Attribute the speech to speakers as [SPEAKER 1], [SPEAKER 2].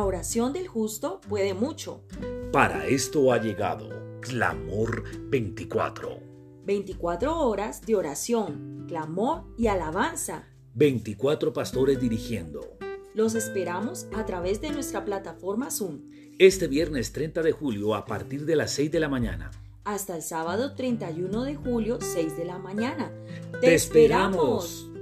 [SPEAKER 1] oración del justo puede mucho.
[SPEAKER 2] Para esto ha llegado Clamor 24.
[SPEAKER 1] 24 horas de oración, clamor y alabanza.
[SPEAKER 2] 24 pastores dirigiendo.
[SPEAKER 1] Los esperamos a través de nuestra plataforma Zoom.
[SPEAKER 2] Este viernes 30 de julio a partir de las 6 de la mañana.
[SPEAKER 1] Hasta el sábado 31 de julio, 6 de la mañana.
[SPEAKER 2] ¡Te esperamos!